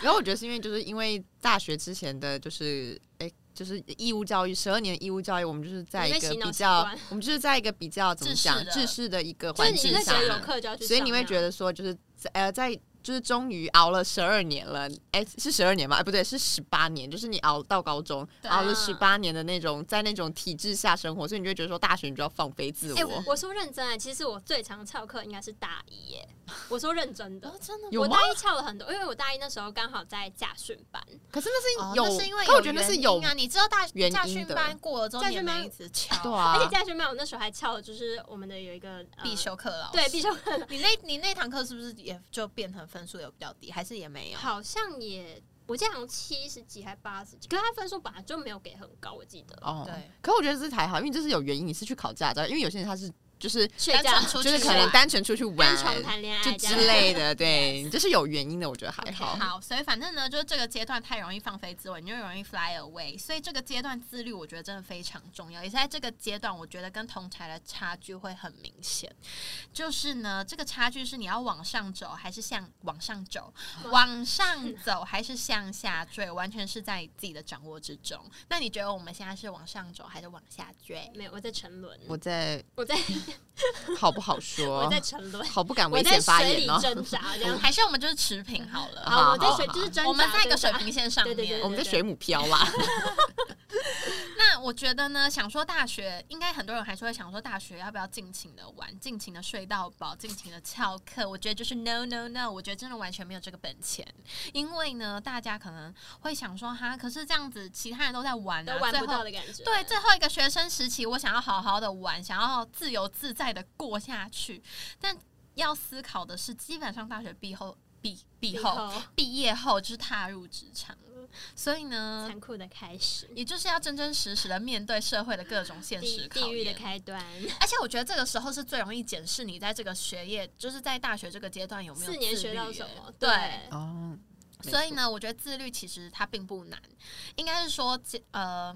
B: 然后我觉得是因为就是因为大学之前的就是哎。就是义务教育，十二年义务教育，我们就是在一
C: 你被
B: 个
C: 洗脑
B: 比
C: 习
B: 较
C: 惯，
B: 我们就是在一个比较怎么讲
A: 制式的
B: 制式的一个
C: 就是
B: 环
C: 你
B: 境
C: 那时
B: 下
C: 候有
B: 面，
C: 课就要去上那样，
B: 所以你会觉得说，就是在呃，在就是终于熬了十二年了，哎，是十二年吗？哎，不对，是十八年，就是你熬到高中，
A: 对
B: 熬
C: 啊
B: 了十八年的那种，在那种体制下生活，所以你就会觉得说，大学你就要放飞自
C: 哎、我
B: 我，
C: 我说认真哎，其实我最常翘课应该是大一耶。我说认真的，
A: 哦真的
B: 有
C: 我
B: 吗
C: 大？一翘了很多，因为我大一那时候刚好在驾训班，
B: 可是那
A: 哦
B: 是有，
A: 那是因为
B: 可我觉得那是有
A: 原因啊，你知道大
B: 原因的
A: 驾训班过了之后，
C: 驾
A: 你也
C: 训班
A: 没一直翘，
B: 对
C: 而且
B: 啊，
C: 驾训班我那时候还翘的就是我们的有一个、呃
A: 必，修课了。
C: 对 必
A: 修，
C: 修，
A: 你那你那堂课是不是也就变成分数有比较低，还是也没有？
C: 好像也我记得好像七十几还八十几，可是他分数本来就没有给很高，我记得。
B: 哦
A: 对，
B: 可我觉得这还好，因为这是有原因，你是去考驾照，因为有些人他是就是
C: 睡觉
A: 单纯出
B: 就是
A: 去
B: 可能
A: 玩
B: 单纯出去玩
C: 单纯谈恋
B: 就
C: 爱这
B: 之
C: 样，
B: 类的，对，这是有原因的，我觉得还
A: OK，
B: 好。
A: 好，所以反正呢，就是这个阶段太容易放飞自我，你就容易 fly away。所以这个阶段自律，我觉得真的非常重要。也是在这个阶段，我觉得跟同才的差距会很明显。就是呢，这个差距是你要往上走，还是向往上走？往上走还是向下坠？完全是在自己的掌握之中。那你觉得我们现在是往上走还是往下坠？
C: 没有，我在沉沦，
B: 我在
C: 我在
B: 好不好
C: 我
A: 哦
B: 说
C: 在？沉沦，
B: 好不敢
C: 我
B: 危
C: 在
B: 险发
C: 水里
B: 言哦。
C: 挣扎这样。
A: 还是我们就是持平嗯 好了？
B: 好
C: 好，我在
B: 好
C: 水
B: 好
C: 就是挣扎，
A: 我们在一个
C: 挣
A: 水
C: 扎
A: 平线上
C: 对
A: 面。
C: 对对
B: 我们在水母漂 啦。
A: 那我觉得呢，想说大学，应该很多人还是会想说大学要不要尽情的玩，尽情的睡到饱，尽情的翘课。我觉得就是 no no no，我觉得真的完全没有这个本钱，因为呢，大家可能会想说哈，可是这样子其他人都在玩
C: 都
A: 啊，
C: 玩
A: 最
C: 不
A: 后
C: 到的感觉。
A: 对，最后一个学生时期，我想要好好的玩，想要自由自在的过下去。但要思考的是，基本上大学毕后毕毕后毕业后就是踏入职场了，所以呢，
C: 残酷的开始，
A: 也就是要真真实实的面对社会的各种现
C: 地
A: 实
C: 地狱的
A: 考验
C: 开端。
A: 而且我觉得这个时候是最容易检视你在这个学业，就是在大学这个阶段有没有
C: 四年
A: 自律
C: 学到
A: 耶
C: 什么？
A: 对。
B: 哦，
A: 所以呢，我觉得自律其实它并不难，应该是说，呃，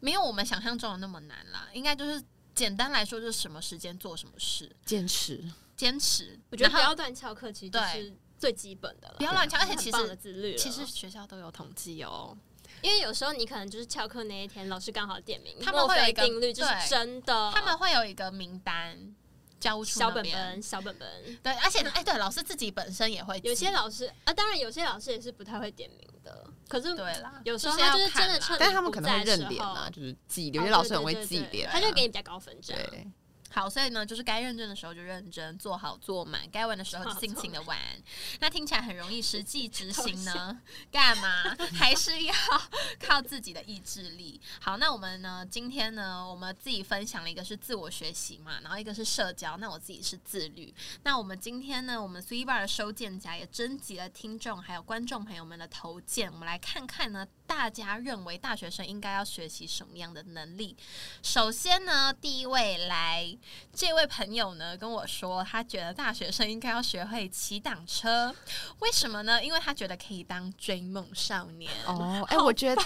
A: 没有我们想象中的那么难啦。应该就是简单来说，就是什么时间做什么事，
B: 坚持，
A: 坚持。
C: 我觉得不
A: 然后
C: 要乱翘课，其实就是最基本的了
A: 不。要乱讲，而且
C: 很
A: 其
C: 棒的
A: 实
C: 自律了，
A: 其实学校都有统计哦，
C: 因为有时候你可能就是翘课那一天，老师刚好点名，
A: 他们会有一个
C: 墨菲定律，就是
A: 对
C: 真的。
A: 他们会有一个名单教务处
C: 哦小
A: 那
C: 本
A: 边
C: 本，小本本。
A: 对，而且哎，对，老师自己本身也会
C: 有
A: 记
C: 些老师啊，当然有些老师也是不太会点名的，可是
A: 对啦，
C: 有时候
A: 就是
C: 他
A: 要
C: 就是
A: 看
C: 真的
A: 啦
C: 趁
B: 但
C: 你
B: 他们
C: 不
B: 可能会
C: 在的
B: 认
C: 时
B: 脸啊，
C: 候，
B: 就是记，有些老师很会
C: 哦哦对对
B: 记
C: 对对
B: 脸啊，
C: 他就给你比较高分这样。
B: 对，
A: 好，所以呢，就是该认真的时候就认真，做好做满，该玩的时候就尽情的玩。那听起来很容易，实际执行呢，干嘛？ 还是要靠自己的意志力。好，那我们呢，今天呢，我们自己分享了一个是自我学习嘛，然后一个是社交，那我自己是自律。那我们今天呢，我们 Three Bar 的收件夹也征集了听众还有观众朋友们的投件，我们来看看呢，大家认为大学生应该要学习什么样的能力？首先呢，第一位来这位朋友呢跟我说，他觉得大学生应该要学会骑挡车，为什么呢？因为他觉得可以当追梦少年。
B: 哦，哎、我觉得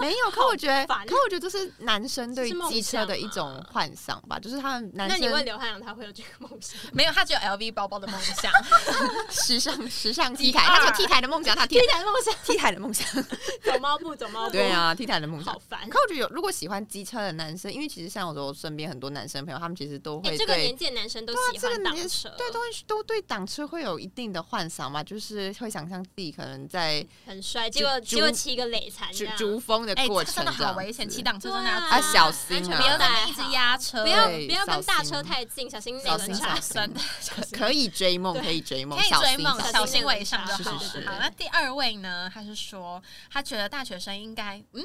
B: 没有，可我觉得，
C: 烦
B: 可我觉得这是男生对
C: 这是梦
B: 机车的
C: 想
B: 一种
C: 啊
B: 幻想吧，就是他们男
C: 那你问
B: 生
C: 刘汉阳，他会有这个梦 想？
A: 没有，他只有 LV 包包的梦想。
B: 时尚时尚
C: T
B: 踢台，他
C: 二
B: 有 T 台的梦想，他 T
C: 听起来梦想，
B: T 台的梦想，
C: 走猫步，走猫步，
B: 啊对，啊，T 台的梦想
C: 好。烦。
B: 可我觉得有，如果喜欢机车的男生，因为其实像我说，我身边很多男生朋友，他们其实都
C: 哎，
B: 会
C: 这个
B: 对
C: 年纪的男生都
B: 对啊
C: 喜
B: 这个
C: 欢挡
B: 年纪
C: 车，
B: 对都会都对挡车会有一定的幻想嘛，就是会想象自己可能在
C: 很帅，结果
B: 竹
C: 结果骑个累残这
B: 逐
C: 样，啊
B: 逐风的
A: 哎、
B: 过
A: 这
B: 程，
A: 真的好危险，骑。挡车真的要
C: 对
A: 注
C: 啊
A: 意
B: 啊，小心
C: 安全
B: 啊！
A: 不要在
C: 带
A: 那边一直压车，
C: 不要
B: 对
C: 不要跟
B: 小
C: 大车
B: 心
C: 太近，小心内
B: 小
C: 轮
B: 心
C: 差
B: 小。
A: 真
B: 心
A: 的，
B: 可可以追梦，可以追梦，
A: 可以
B: 小
A: 追
B: 心
A: 梦，
C: 小
A: 小
C: 心
A: 心为上就是好。
B: 是是
A: 好，那第二位呢？他是说，他觉得大学生应该，嗯，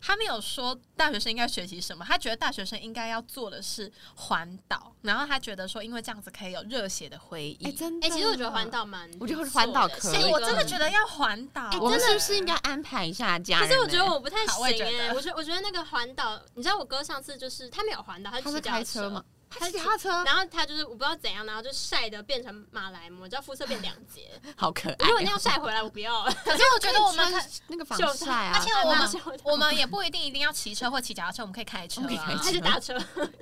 A: 他没有说大学生应该学习什么，他觉得大学生应该要做的是环岛，然后他觉得说，因为这样子可以有热血的回忆。
B: 哎，真的，
C: 哎，其实我觉得环，岛蛮，
B: 我觉得环岛可以
A: 哎
B: 这
A: 我
B: 个
A: 真的觉得要环岛，
B: 哎欸我们
C: 真的
B: 是不是应该安排一下家
C: 可
B: 人呢？欸
C: 是我觉得我不太
A: 好
C: 行
A: 我也觉得
C: 哎，我觉得我觉得那个环岛，你知道我哥上次就是他没有环岛，他
B: 他
C: 就是骑脚
B: 开车吗？？
C: 他
B: 他是
C: 是
B: 他车，
C: 然后他就是我不知道怎样，然后就晒的变成马来貘，你知道肤色变两截。
B: 好可爱
C: 如
B: 哦。
C: 果那样晒回来，我不要了。
A: 可是我觉得我们可
B: 穿那个防
C: 就
B: 晒啊，
A: 而且我们
C: 那就
A: 我们也不一定一定要骑车或骑脚踏车，我们可以开车
B: 我们可以
A: 啊
B: 开。
C: 还是打车，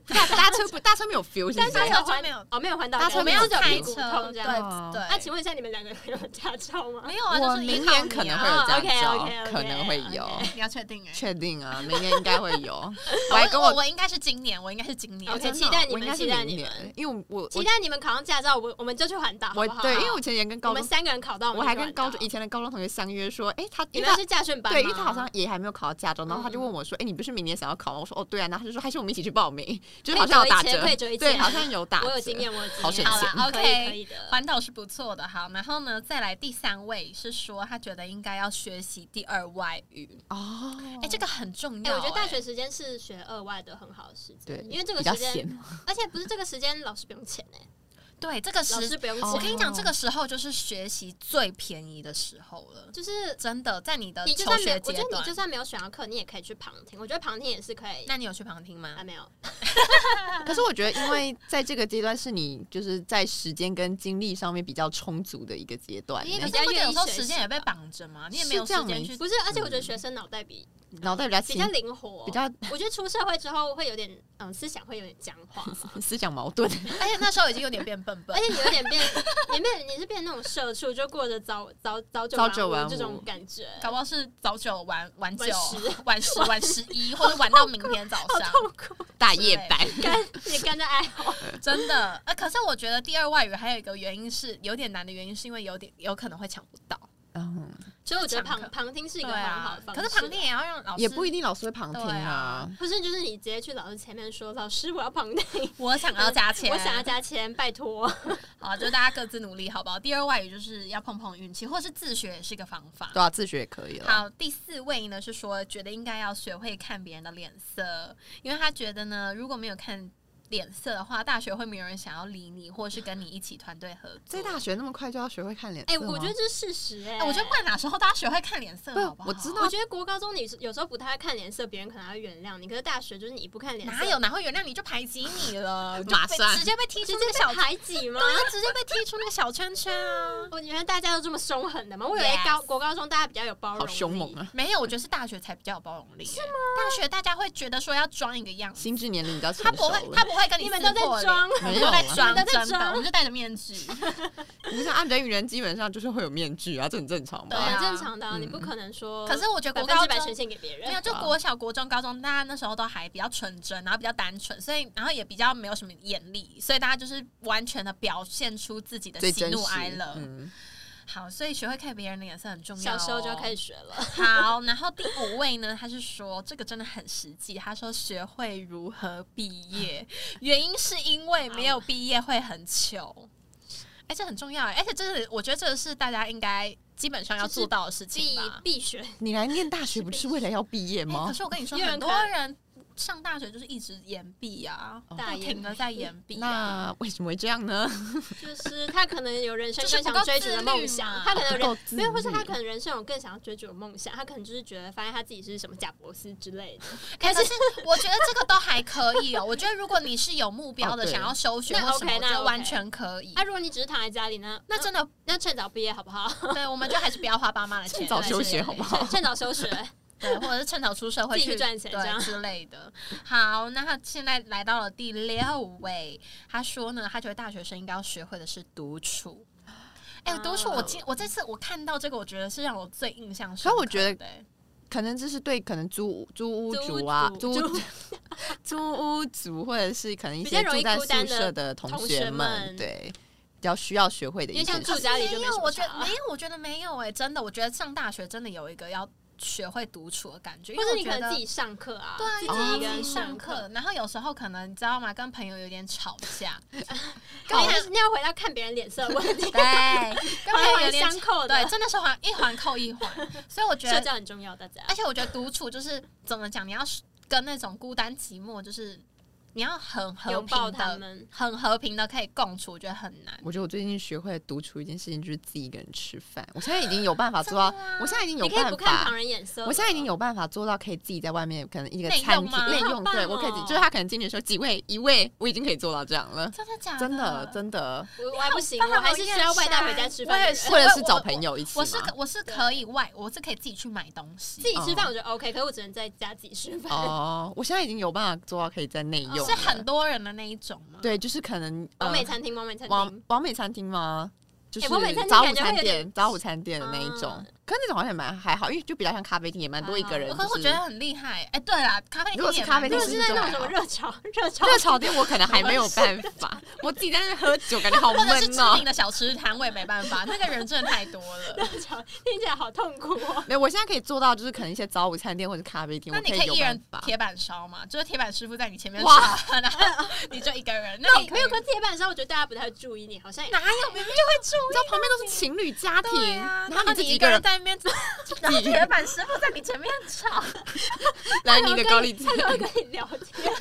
B: 大搭车不搭车没有 feel，
C: 但是
B: 是不是
A: 搭车
C: 环
A: 没有
C: 哦，没有环岛，
B: 搭车
C: 我
B: 没
C: 们
B: 有
C: 是有
A: 开
C: 屁
A: 车
C: 股痛这样。
B: 哦
A: 对，
C: 那请问一下，你们两个人有驾照吗？
A: 没有啊，就
B: 我
A: 是
B: 明
A: 依靠
B: 年
A: 你
B: 可能
A: 啊
B: 会有驾照，
C: 哦，OK，OK，OK，
B: 可能会有，
C: OK
A: 你要确定哎、
B: 确定啊，明年应该会 有。我
A: 我
B: 还跟
A: 我
B: 我
A: 我应该是今年，我应该是今年。
C: OK，
B: 真的
C: 期待你们
B: 我应该是
C: 期待
B: 明
C: 你们
B: 年因为我我
C: 期待你们考上驾照，我我们就去环岛，好
B: 我
C: 不好？
B: 对，因为我前年跟
C: 我
B: 高
C: 们
B: 中，
C: 三个人考到，
B: 我还跟高中以
C: 一，
B: 前的高中同学相约说，哎，他
C: 你
B: 因为
C: 们
B: 他
C: 是驾训班吗，
B: 对，因为他好像也还没有考到驾照，然后他就
C: 嗯
B: 问我说：“哎、你不是明年想要考吗？”我说：“哦，对啊。”然后他就说：“还是我们一起去报名，就是
C: 可
B: 好像有
C: 以折一
B: 打
C: 千
B: 折，
C: 可以折一
B: 对，
C: 千
B: 好像有打折。
C: 我有经验，我有经验，
B: 好省
A: 好啦
B: 钱
C: 可以可
A: OK，
C: 以的。
A: 环岛是不错的。好，然后呢，再来第三位是说他觉得应该要学习第二外语，
B: 哦，
A: 哎、这个很重
C: 哎、
A: 要、
C: 我觉得大
A: 哎
C: 学时间是学额外的很好的时间，
B: 对，
C: 因为这个
B: 比较
C: 时间，
B: 闲
C: 而且不是这个时间老师不用钱哎、
A: 对这个
C: 老
A: 时
C: 师，不用
B: 哦
A: 我
C: 钱，
A: 跟你讲，这个时候就是学习最便宜的时候了，
C: 就是
A: 真的，在你的
C: 你就
A: 求
B: 呃
C: 算没有
A: 学，
C: 我
A: 阶
C: 觉得
A: 段
C: 你就，算没有选到课，你也可以去旁听，我觉得旁听也是可以。
A: 那你有去旁听吗
C: 啊，？没有，
B: 可是我觉得，因为在这个阶段是你就是在时间跟精力上面比较充足的一个阶段，
C: 因为
A: 可是
C: 比较
A: 不觉得
C: 愿
A: 有
C: 意
A: 时候
C: 学
A: 时
C: 习
A: 间也被
C: 吧
A: 绑着吗？你也没有
B: 是这
A: 时
B: 样
A: 间
B: 没
A: 去。
C: 不是，而且我觉得学生脑袋比
B: 脑袋比较
C: 比
B: 清
C: 较，灵活，
B: 嗯
C: 哦
B: 比较
C: 我觉得出社会之后会有点，嗯，思想会有点僵化嘛，
B: 思想矛盾。
A: 而且那时候已经有点变笨笨
C: 而，且你有点变，你变你是变那种社畜，就过着早早早九
B: 朝九
C: 晚
B: 晚
C: 五这种
B: 五
C: 感觉，
A: 搞不好是早九晚晚九
C: 晚十
A: 晚十晚十一，或者玩到明天 早上。
C: 痛苦，
B: 大夜班，
C: 干你干在爱好，
A: 真的，呃，可是我觉得第二外语还有一个原因是有点难的原因，是因为有点有可能会抢不到，
B: 嗯，
C: 所以我觉得
A: 抢
C: 旁
A: 课
C: 旁听是一
A: 对
C: 个很好
A: 啊
C: 的。方式
A: 可
C: 啊。
A: 是旁听也要让老师，
B: 也不一定老师会旁听
A: 对
B: 啊
A: 啊。
C: 不是，就是你直接去老师前面说：“老师，我要旁听，
A: 我想要加钱，
C: 我想要加签，拜 托。
A: 好啊，就大家各自努力，好不好？第二外语就是要碰碰运气，或是自学也是一个方法。
B: 对啊，自学也可以了。
A: 好，第四位呢是说，觉得应该要学会看别人的脸色，因为他觉得呢，如果没有看脸色的话，大学会没有人想要理你，或是跟你一起团队合作。
B: 在大学那么快就要学会看脸”色
C: 哎、
B: 吗？
C: 我觉得这是事实哎、
A: 哎、我觉得不管哪时候大家学会看脸色，
B: 不
A: 好不好？
B: 我知道
C: 我觉得国高中你有时候不太看脸色，别人可能会原谅你，可是大学就是你一不看脸色，
A: 哪有哪会原谅你就排挤你 了，就
B: 马
A: 被
B: 上
A: 直接被踢出
C: 直
A: 那
C: 接
A: 个小
C: 被排挤吗？
A: 对啊，直接被踢出那个小圈圈啊！
C: 我原来大家都这么凶狠的吗？我以为高国高中大家比较有包容，
B: 好凶猛！啊！
A: 没有，我觉得是大学才比较有包容力，是吗？大学大家会觉得说要装一个样子，
B: 心智年龄比较
A: 他
B: 成
A: 不
B: 熟
A: 会，
B: 了。
A: 他不会跟
C: 你
A: 撕
C: 们都在
A: 破脸
C: 装，
A: 我
B: 没
A: 们
B: 有
A: 都在
B: 啊
A: 装，
C: 你们在
A: 真的，
C: 装
A: 我们就戴着面具。
B: 你像啊，人与人基本上就是会有面具啊，这很正常
C: 对，
A: 对
B: 吧
A: 啊？
C: 很正常的啊，
B: 嗯
C: 你不可能说，
A: 可是我觉得
C: 百
A: 国
C: 分
A: 高
C: 之百呈
A: 中。
C: 现给别人
A: 没有，。就国小、国中、高中，大家那时候都还比较纯真，然后比较单纯，所以然后也比较没有什么眼力，所以大家就是完全的表现出自己的
B: 最
A: 喜
B: 真
A: 怒
B: 实
A: 哀乐。
B: 嗯，
A: 好，所以学会看别人的颜色很重要、哦
C: 小时候就要开始。学了，
A: 好，然后第五位呢，他是说这个真的很实际，他说学会如何毕业，原因是因为没有毕业会很糗。哎、这很重要，而且这是我觉得这个是大家应该基本上要做到的事情
C: 必
A: 吧。
C: 必学。
B: 你来念大学不是为了要毕业
A: 哎
B: 吗
A: 可？是我跟你说，
C: 有人
A: 很多
C: 可
A: 人上大学就是一直延毕啊，不
C: 大延
A: 停的在延毕、啊。
B: 那为什么会这样呢？
C: 就是他可能有人生
A: 就是
C: 更
A: 不
C: 想
A: 够
C: 追逐的梦
A: 自律
C: 想
A: 嘛，
C: 他可能有
B: 不够
C: 人
B: 自律
C: 没有，或是他可能人生有更想要追逐的梦想，他可能就是觉得发现他自己是什么贾博士之类的，
A: 哎可是我觉得这个都还可以哦。我觉得如果你是有目标的，
B: 哦对
A: 想要休学
C: 那
A: 或什么，
C: OK，
A: 我觉
C: 那
A: 得
C: OK
A: 完全可以
C: 那、。啊如果你只是躺在家里呢，
A: 啊那真的，
C: 那趁早毕业好 不好？
A: 对，我们就还是不要花爸妈的钱，
B: 趁早
A: 对
B: 休
A: 对
B: 学
A: 对
B: 好不好
C: 趁趁早 休学，
A: 对，或者是趁早出社会
C: 自己去赚钱这
A: 对
C: 样
A: 之类的。好，那他现在来到了第六位，他说呢，他觉得大学生应该要学会的是独处。哎、
C: 啊
A: 独处我今我这次我看到这个，我觉得是让我最印象深刻
B: 可
A: 的。
B: 我觉得
A: 哎
B: 可能这是对可能租屋租屋族啊，
C: 租
B: 租
C: 屋族
B: 租屋族，或者是可能一
C: 比较
B: 些
C: 容易
B: 住在
C: 孤
B: 宿
C: 单的
B: 舍的同
C: 同学
B: 学
C: 们
B: 们，对，比较需要学会的
C: 因为
B: 一些
C: 像
B: 事
C: 住家里就
A: 没
C: 什
A: 有，
C: 么
A: 我觉
C: 差
A: 得没有，我觉得没有哎、真的，我觉得上大学真的有一个要学会独处的感觉，因
C: 或
A: 为
C: 者
A: 我
C: 你
A: 觉
C: 可
A: 得
C: 能自己上课啊，
A: 对啊，
C: 自
A: 就
C: 己
A: 是
C: 一个
A: 自
C: 人
A: 己上课，，然后有时候可能你知道吗，跟朋友有点吵架，
C: 跟
A: 啊
C: 还是那要回到看别人脸色的问 题，
A: 对，跟朋友有
C: 环
A: 点
C: 相扣的
A: 对，，真的是环一环扣一 环，所以我觉
C: 社
A: 得，
C: 交很重要，大家
A: 而且我觉得独处就是怎么讲，你要是跟那种孤单寂寞，就是你要很和
C: 拥抱
A: 平
C: 他
A: 的、
C: 们。
A: 很和平的可以共处，我觉得很难。
B: 我觉得我最近学会独处一件事情，就是自己一个人吃饭。我现在已经有办 法做到
A: 真的吗，
B: 我现在已经有
C: 你可以
B: 办
C: 不看
B: 法
C: 旁，人眼色了，
B: 我现在已经有办法做到可以自己在外面，可能一个
A: 内用
B: 餐
A: 吗
B: 厅内
C: 好
B: 用，
C: 棒
B: 对我可以自
C: 哦
B: 己，就是他可能进去的时候几位一位，我已经可以做到这样了，
A: 真的假的？
B: 真的真的，
C: 我我还不行，
A: 棒
C: 我还是
A: 好
C: 需要
A: 厌
C: 外带回
A: 烦
C: 家吃
A: 我
C: 饭的
A: 也
C: 人。
A: 是
B: 或者
A: 我
B: 是找
A: 我
B: 朋友一起
A: 我是
B: 嘛
A: 可我是可以外，我是可以自己去买东西，
C: 自己吃饭我觉得 OK，可是我只能在家自己吃饭。
B: 哦，我现在已经有办法做到可以在内用了，
A: 是很多人的那一种吗？
B: 对，就是可能
C: 完
B: 呃
C: 美餐厅，完美餐
B: 完
C: 厅，
B: 完美餐厅吗？
A: 哎
B: 就是
C: 完美餐厅
B: 早
C: 感
B: 午
C: 觉会
B: 餐
C: 有点
B: 店，早午餐店的那一
A: 嗯
B: 种
C: 啊，
B: 可那种好像也蛮还好，因为就比较像咖啡厅，也蛮多一个人。
A: 可是嗯我
B: 就
A: 觉得很厉害。哎，对啦，咖啡厅
B: 如果是
A: 也
B: 咖啡
A: 蛮
B: 厅
C: 如
A: 多人
B: 其实
C: 果是在
B: 就
C: 那
B: 还
C: 种什么
B: 好
C: 热炒、热炒
B: 热炒店我可能还没有办法， 我自己在那边喝酒，感觉 好
A: 或者是
B: 闷
A: 知
B: 哦
A: 名。的小吃摊，我也没办法，那个人真的太多了。
C: 热炒，听起来好痛苦 哦。
B: 没有，我现在可以做到，就是可能一些早午餐店或者咖啡厅，
A: 那
B: 我
A: 你
B: 以
A: 以
B: 有
A: 一
B: 办
A: 人
B: 法。
A: 铁板烧嘛？就是铁板师傅在你前面
B: 哇
A: 烧， 然后你就一个人。那
C: 那
A: 你
C: 你
A: 可
C: 没
A: 以
C: 有跟铁板烧，我觉得大家不太会注意你，好像也
A: 哪有？明明就会注
B: 你知道旁边都是情侣家庭，
A: 对啊，
B: 然后你自
A: 你
B: 己
A: 一
B: 一个 人
A: 在那边，然后铁板师傅在你前面 炒，啊
B: 来你的 高丽菜
C: 他，怎么跟你聊 天？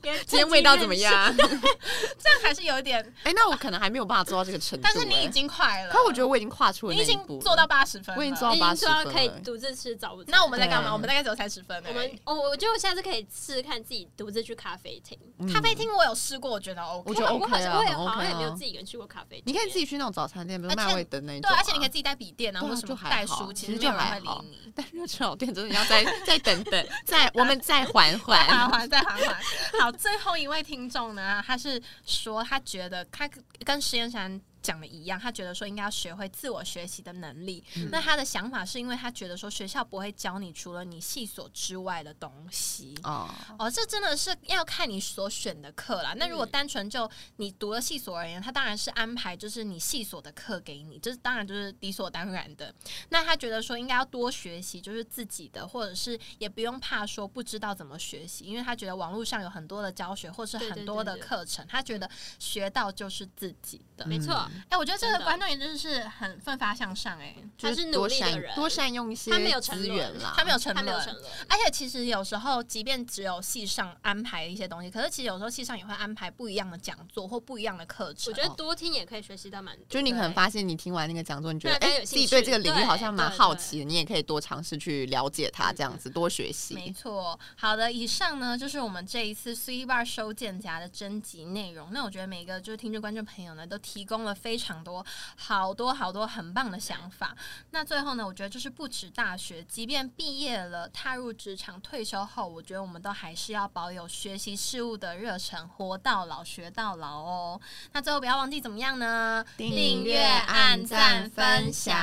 B: 今
C: 今
B: 天味道怎么？样？
A: 这样还是有一点，
B: 哎，那我可能还没有办法做到这个程度。
A: 但是你已
B: 哎，
A: 经快了。
B: 可我觉得我已经跨出了
A: 你
B: 那
A: 已
B: 一
A: 经
B: 步了，
A: 做到八十分了，
B: 我已经做到
C: 已经说
B: 80分
C: 可以
B: 了
C: 独自吃早午餐。
A: 那我们在干嘛？
B: 对啊
A: 我们大概只有三十分而已。
C: 我们哦，我觉得我下次可以试试看自己独自去咖啡厅。
B: 嗯
A: 咖啡厅我有试过，我觉得 OK。
B: 我觉得
C: 好我好
B: OK 啊
C: 像我也
B: 很
C: 好
B: OK
C: 像也没有
B: 啊
C: 自己一个人去过咖啡厅。
B: 你可以自己去那种早餐店，比如
A: 而且
B: 麦味登那一种
A: 对，
B: 啊、
A: 而且你可以自己带笔电啊，
B: 对啊
A: 或什么
B: 就还
A: 带
B: 好
A: 书，
B: 其
A: 实
B: 实
A: 没有
B: 就
A: 人
B: 还
A: 会理
B: 好
A: 你。
B: 但热炒店真的要再再等等，再我们再 缓
A: 缓
B: 缓。
A: 缓，再缓缓。好，最后一位听众呢，他是说他觉得他跟实验山讲的一样，他觉得说应该要学会自我学习的能力。那他的想法是因为他觉得说学校不会教你除了你系所之外的东西。
B: 哦，
A: 哦，这真的是要看你所选的课啦。那如果
C: 嗯
A: 单纯就你读了系所而言，他当然是安排就是你系所的课给你，这、是当然就是理所当然的。那他觉得说应该要多学习，就是自己的，或者是也不用怕说不知道怎么学习，因为他觉得网络上有很多的教学或是
C: 对对
A: 很多的
C: 对对
A: 课程，他觉得学到就是自己的。
C: 没错，
B: 嗯
A: 哎、我觉得这
C: 真
A: 个
C: 的
A: 观众也真的是很奋发向上哎、
B: 就
C: 他是努
B: 多
C: 力的
B: 善
C: 人
B: 多善用一些
C: 他没有沉
B: 资
C: 沦
B: 源啦。
A: 他没有沉
C: 啊他没有
A: 沦
C: 沉，沦。
A: 而且其实有时候，即便只有系上安排一些东西，可是其实有时候系上也会安排不一样的讲座或不一样的课程。
C: 我觉得多听也可以学习到蛮多。
B: 哦就是你可能发现你听完那个讲座，你觉得
A: 啊
B: 哎、
C: 对大家有
B: 自
C: 兴
B: 己对
C: 趣
B: 这个领域好像蛮
C: 对
B: 好
C: 对
B: 奇的，你也可以多尝试去了解它，这样子多学
A: 没
B: 习。
A: 错，好的，以上呢就是我们这一次 C Bar 收件夹的征集内容。那我觉得每个就是听众观众朋友呢，都提供了非常多、好多、好多很棒的想法。那最后呢，我觉得就是不止大学，即便毕业了、踏入职场、退休后，我觉得我们都还是要保有学习事物的热忱，活到老学到老哦。那最后不要忘记怎么样呢？
B: 订阅按赞分享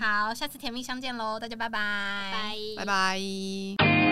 A: 好，下次甜蜜相见喽，大家拜拜，
C: 拜
B: 拜拜。